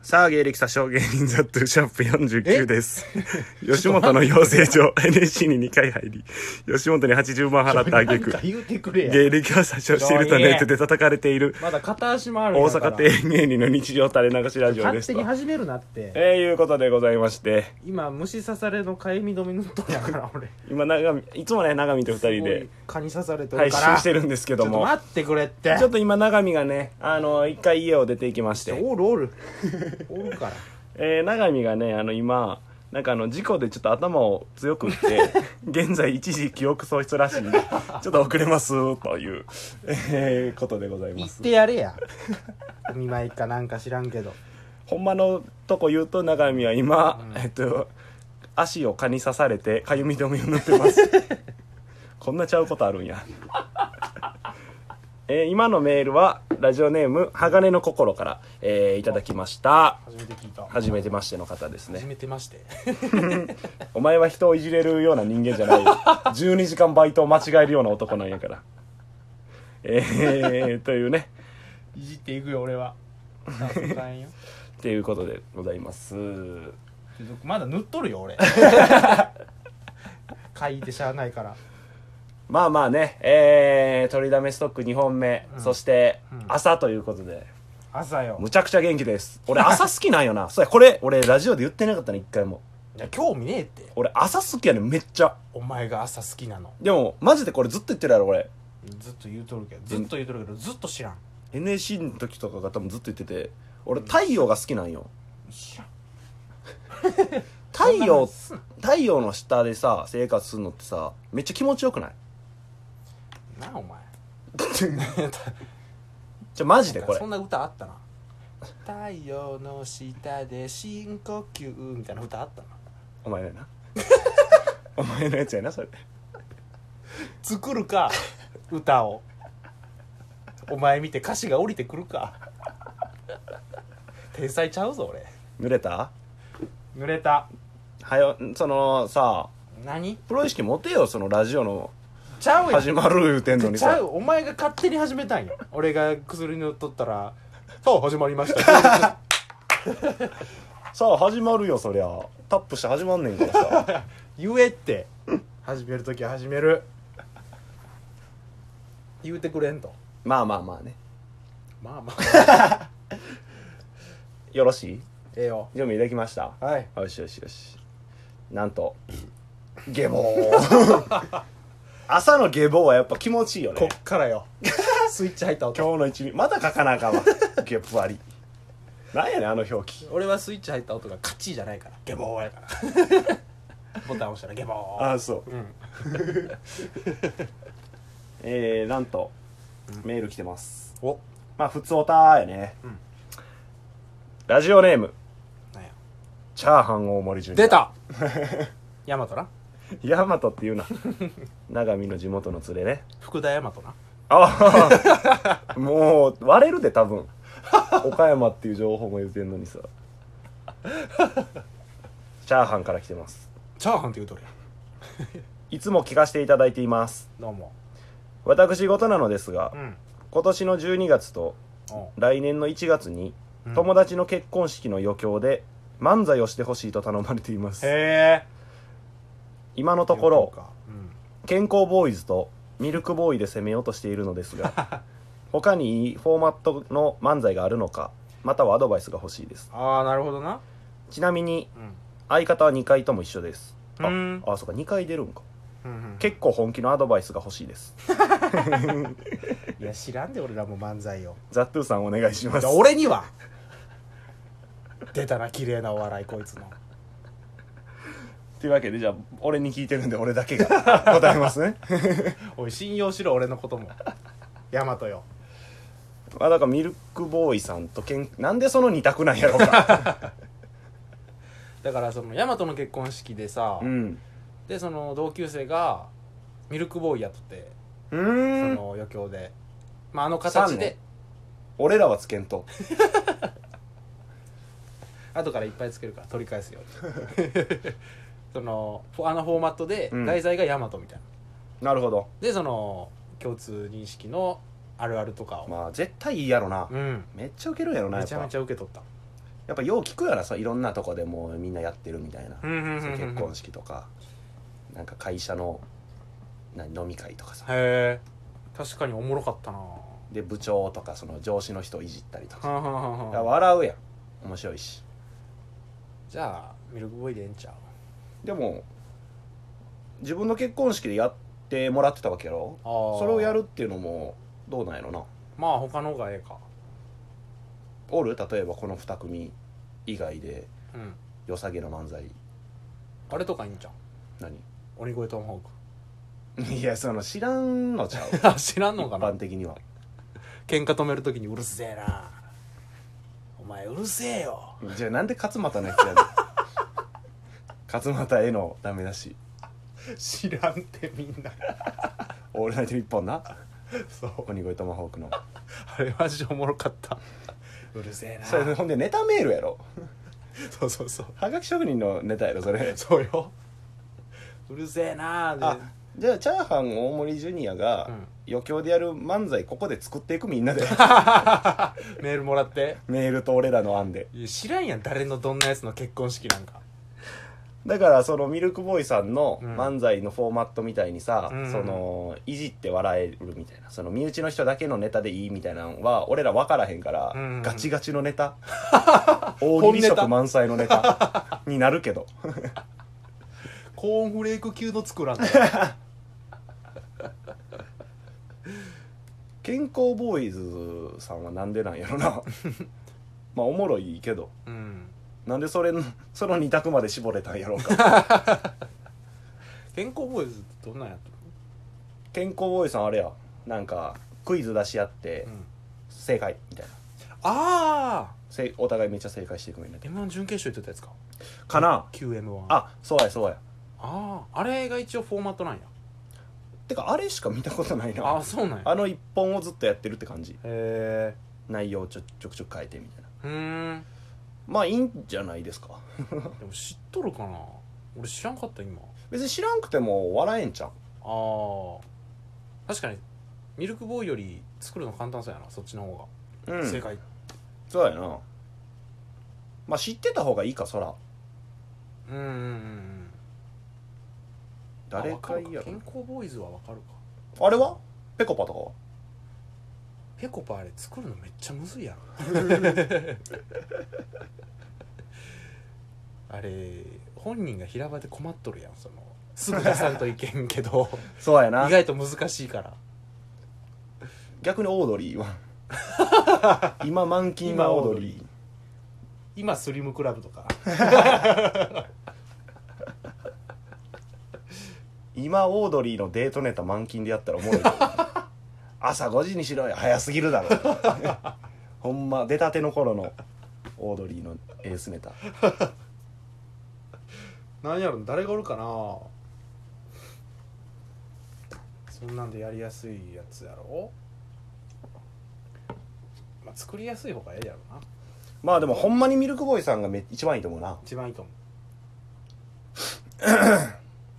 さあ、芸歴詐称芸人ザットゥシャープ49です。吉本の養成所 NSC に2回入り、吉本に80万払った挙句なんか言うてくれや芸歴を詐称しているとネットで叩かれている、まだ片足もあるん大やから阪庭園芸人の日常垂れ流しラジオで勝す手にと。始めるなってえー、いうことでございまして、今虫刺されのかゆみ止め塗っとるやから俺今、長見、いつもね、長見と二人で蚊に刺されて配るから信してるるんですけどちょっとも、待ってくれってちょっと今、長見がね、あの、一回家を出ていきまして、おるおるおる からえー、永見がねあの今なんかあの事故でちょっと頭を強く打って 現在一時記憶喪失らしいんでちょっと遅れますという、えーことでござい言まっすてやれやお見舞いかなんか知らんけどほんまのとこ言うと永見は今、えっと足を蚊に刺されてかゆみ止めを塗ってます こんなちゃうことあるんや えー今のメールはラジオネーム鋼の心から、えーいただきました初めて聞いた初めてましての方ですね初めてましてお前は人をいじれるような人間じゃないよ 12時間バイトを間違えるような男なんやからえー、というねいじっていくよ俺は大変よ っていうことでございますまだ塗っとるよ 俺書いてしゃあないからまあまあねえー、取りだめストック2本目、うんそしてうん朝ということで朝よむちゃくちゃ元気です俺朝好きなん よなそうやこれ俺ラジオで言ってなかったね一回もいや興味ねえって俺朝好きやねんめっちゃお前が朝好きなのでもマジでこれずっと言ってるやろ俺ずっと言うとるけどずっと言うとるけどずっと知らん NSC の時とかが多分ずっと言ってて俺太陽が好きなんよ知らん太陽ってそんな話太陽の下でさ生活するのってさめっちゃ気持ちよ くないすんななあお前じゃマジでこれそんな歌あったな太陽の下で深呼吸みたいな歌あったなお前のやな お前のやつやなそれ作るか歌をお前見て歌詞が降りてくるか天才ちゃうぞ俺濡れた濡れたはよそのさ何プロ意識持てよそのラジオのちゃうやん始まる言うてんのにちゃさうお前が勝手に始めたんよ俺が薬塗っとったら「そう始まりましたさあ始まるよそりゃタップして始まんねんから さ」言えって始める時は始める言うてくれんとまあまあまあねまあまあよろしいええよ準備できましたはいよしよしよしなんと下坊 朝の下坊はやっぱ気持ちいいよねこっからよスイッチ入った音今日の一味まだ書かなあかんわ ゲップ割りなんやねんあの表記俺はスイッチ入った音がカチーじゃないからゲボーやから ボタン押したらゲボーああそううん えー、なんと、メール来てますおまあ普通おたーやね、うんラジオネームなんやチャーハン大森純出た ヤマトなヤマトっていうな 長見の地元の連れね福田ヤマトなああ もう割れるで多分岡山っていう情報も言ってんのにさチャーハンから来てますチャーハンって言うとるやんいつも聞かせていただいていますどうも私事なのですが、うん今年の12月とお来年の1月にうん友達の結婚式の余興で漫才をしてほしいと頼まれています、へえ今のところうん健康ボーイズとミルクボーイで攻めようとしているのです が他にいいフォーマットの漫才があるのかまたはアドバイスが欲しいですああなるほどなちなみにうん相方は2回とも一緒ですあうんあそうか2回出るんかうんうん結構本気のアドバイスが欲しいですいや知らんで俺らも漫才をザトゥーさんお願いしますいや俺には出たな綺麗なお笑いこいつのというわけでじゃあ俺に聞いてるんで俺だけが 答えますねおい信用しろ俺のこともヤマトよ まあだからミルクボーイさんとけんなんでその2択なんやろうかだからそのヤマトの結婚式でさ、 うんでその同級生がミルクボーイやっとって、そうーんの余興で、まあ、あの形三年で俺らはつけんと後からいっぱいつけるから取り返すように そのフォあのフォーマットでうん題材がヤマトみたいな、なるほどでその共通認識のあるあるとかを、まあ絶対いいやろな、うんめっちゃウケるやろなやめっちゃめぱちゃ受け取ったやっぱよう聞くよなさいろんなとこでもうみんなやってるみたいな、うんうんうんうんそう結婚式とかなんか会社の何飲み会とかさ、へえ確かにおもろかったなはで部長とかその上司の人いじったりとあか、はあはいあはあや笑うやん面白いしじゃあミルクボーイでええんちゃうでも自分の結婚式でやってもらってたわけやろあーそれをやるっていうのもどうなんやろなまあ他の方がええかおる例えばこの2組以外でうん良さげな漫才あれとかいいんちゃう何 鬼越トンホいやその知らんのち ゃうークあ知らん一のかな般的には喧嘩止めるときにうるせえなお前うるせえよじゃあなんで勝俣のやつ やねん勝俣へのダメ出し知らんってみんな「オールナイトニッポ ンな」そう鬼越トマホークのあれマジおもろかったうるせえなそれほんでネタメールやろそうそうそうはがき職人のネタやろそれそうようるせえなであじゃあチャーハン大森ジュニアがうん余興でやる漫才ここで作っていくみん なでメールもらってメールと俺らの案でいや知らんやん誰のどんなやつの結婚式なんかだからそのミルクボーイさんのうん漫才のフォーマットみたいにさ、うんそのいじって笑えるみたいなその身内の人だけのネタでいいみたいなのは俺ら分からへんから、うんガチガチの ネタ大喜利色満載のネタになるけどコーンフレーク級の作らんから 健康ボーイズさんはなんでなんや ろなまあおもろいけどうんなんでそれのその2択まで絞れたんやろうか健康ボーイズってどんなんやっ健康ボーイさんあれやなんかクイズ出し合ってた、うん、正解みたいなああせお互いめっちゃ正解していくみたいな m 1準決勝行ってたやつかかな QM1 ああそうやそうやあーあれが一応フォーマットなんやてかあれしか見たことないなあああそうなんやへの一本をずっとやってるって感じえ内容をちょちょくちょく変えてみたいなうーんまあいいんじゃないですかでも知っとるかな俺知らんかった今別に知らんくても笑えんじゃんああ確かにミルクボーイより作るの簡単そうやなそっちの方うが、ん正解そうやなまあ知ってた方がいいかそらうんうんうんうん誰あかわいいるやか健ろ康ボーイズはわかるかあれはぺこぱとかはペコパあれ作るのめっちゃむずいやん あれ本人が平場で困っとるやん そのすぐ出さんといけんけどそうや意外と難しいから逆にオードリーは 今満金はオードリー今スリムクラブとか今オードリーのデートネタ満金でやったらおもろいけど 朝5時にしろよ早すぎるだろ ほんま出たての頃のオードリーのエースネタ何やろ誰がおるかなそんなんでやりやすいやつやろまあ作りやすい方がええやろなまあでもほんまにミルクボーイさんがめ一番いいと思うな一番いい と思う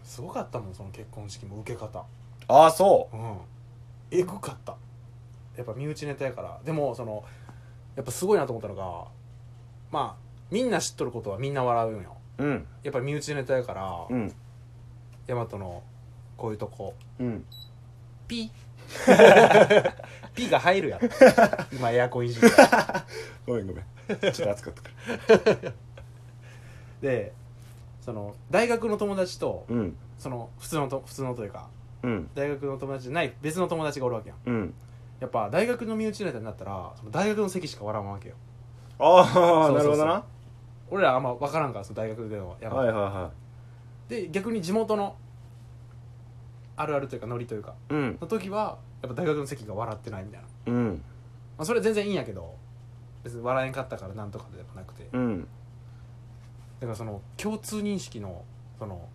すごかったもんその結婚式も受け方ああそうんえぐかったやっぱ身内ネタやからでもそのやっぱすごいなと思ったのがまあみんな知っとることはみんな笑うんよううんやっぱ身内ネタやから、うん大和のこういうとこうんピ ピが入るやん今エアコンいじるごめんごめんちょっと熱かったかでその大学の友達とら うんその普通のと普通のというかうん大学の友達じゃない別の友達がおるわけやんうんやっぱ大学の身内ネタになったらその大学の席しか笑わんわけよああそうそうそうなるほどな俺らあんま分からんからその大学でのやるはいはいはで逆に地元のあるあるというかノリというかいうんの時はやっぱ大学の席が笑ってないみたいな、まうんあ、それは全然いいんやけど別に笑えんかったからなんとかではなくてうんだからその共通認識のその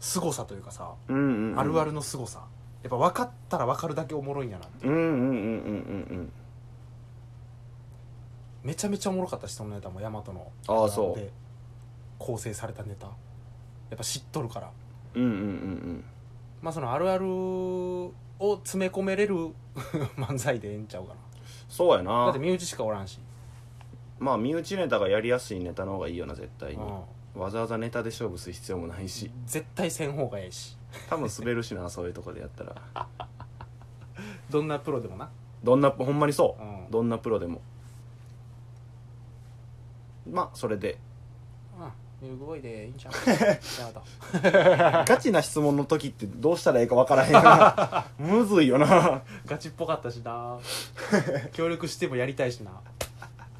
凄さというかさ、うんうんあるあるの凄さやっぱ分かったら分かるだけおもろいんやなうんうんうんうんうんうんめちゃめちゃおもろかったしそのネタも大和のああそうで構成されたネタやっぱ知っとるからうんうんうんまあそのあるあるを詰め込 めれる漫才でええんちゃうかなそうだやっなて身内しかおらんしまあ身内ネタがやりやすいネタの方がいいよな絶対に、うわざわざネタで勝負する必要もないし ん、絶対せん方がええし多分滑るしなそういうとこでやったらどんなプロでもなどんなほんまにそう、うんどんなプロでもまあそれで うん動いでいいん ちゃうガチな質問の時ってどうしたらいいかわからへ んからむずいよなガチっぽかったしな協力してもやりたいしな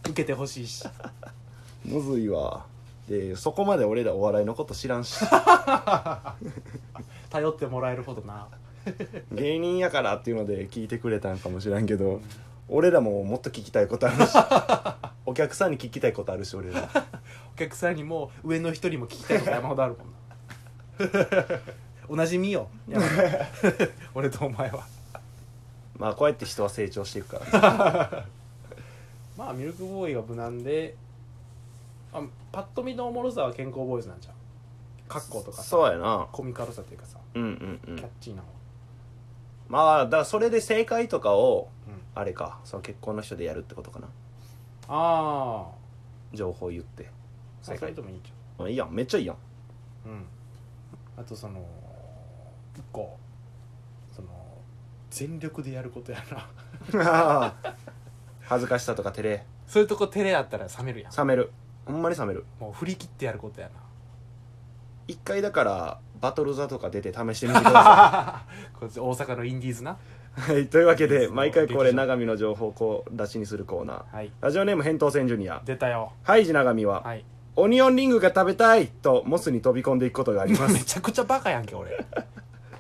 受けてほしいしむずいわでそこまで俺らお笑いのこと知ら んし頼ってもらえるほどな芸人やからっていうので聞いてくれたんかもしらんけど、俺らももっと聞きたいことあるし お客さんに聞きたいことあるし俺らお客さんにも上の人にも聞きたいこと山ほどあるもんな おなじみよ山 田俺とお前はまあこうやって人は成長していくからねまあミルクボーイが無難であパッと見のおもろさは健康ボーイズなんじゃん格好とかさそうやなコミカルさというかさうんうんうキャッんチーな方、まあだからそれで正解とかをうん、あれかその結婚の人でやるってことかなああ情報言ってそ正れ解ともいいじあいいやんめっちゃいい やんゃんうんあとその一個その全力でやることやな恥ずかしさとか照れそういうとこ照れあったら冷めるやん冷めるほんまに冷めるもう振り切ってやることやな一回だからバトル座とか出て試してみてくださ、こいつ大阪のインディーズない はい、というわけで毎回これ長見の情報をこう出しにするコーナーはいラジオネーム扁桃腺ジュニア出たよハイジ長見は、はいオニオンリングが食べたいとモスに飛び込んでいくことがありまめすちゃくちゃバカやんけ俺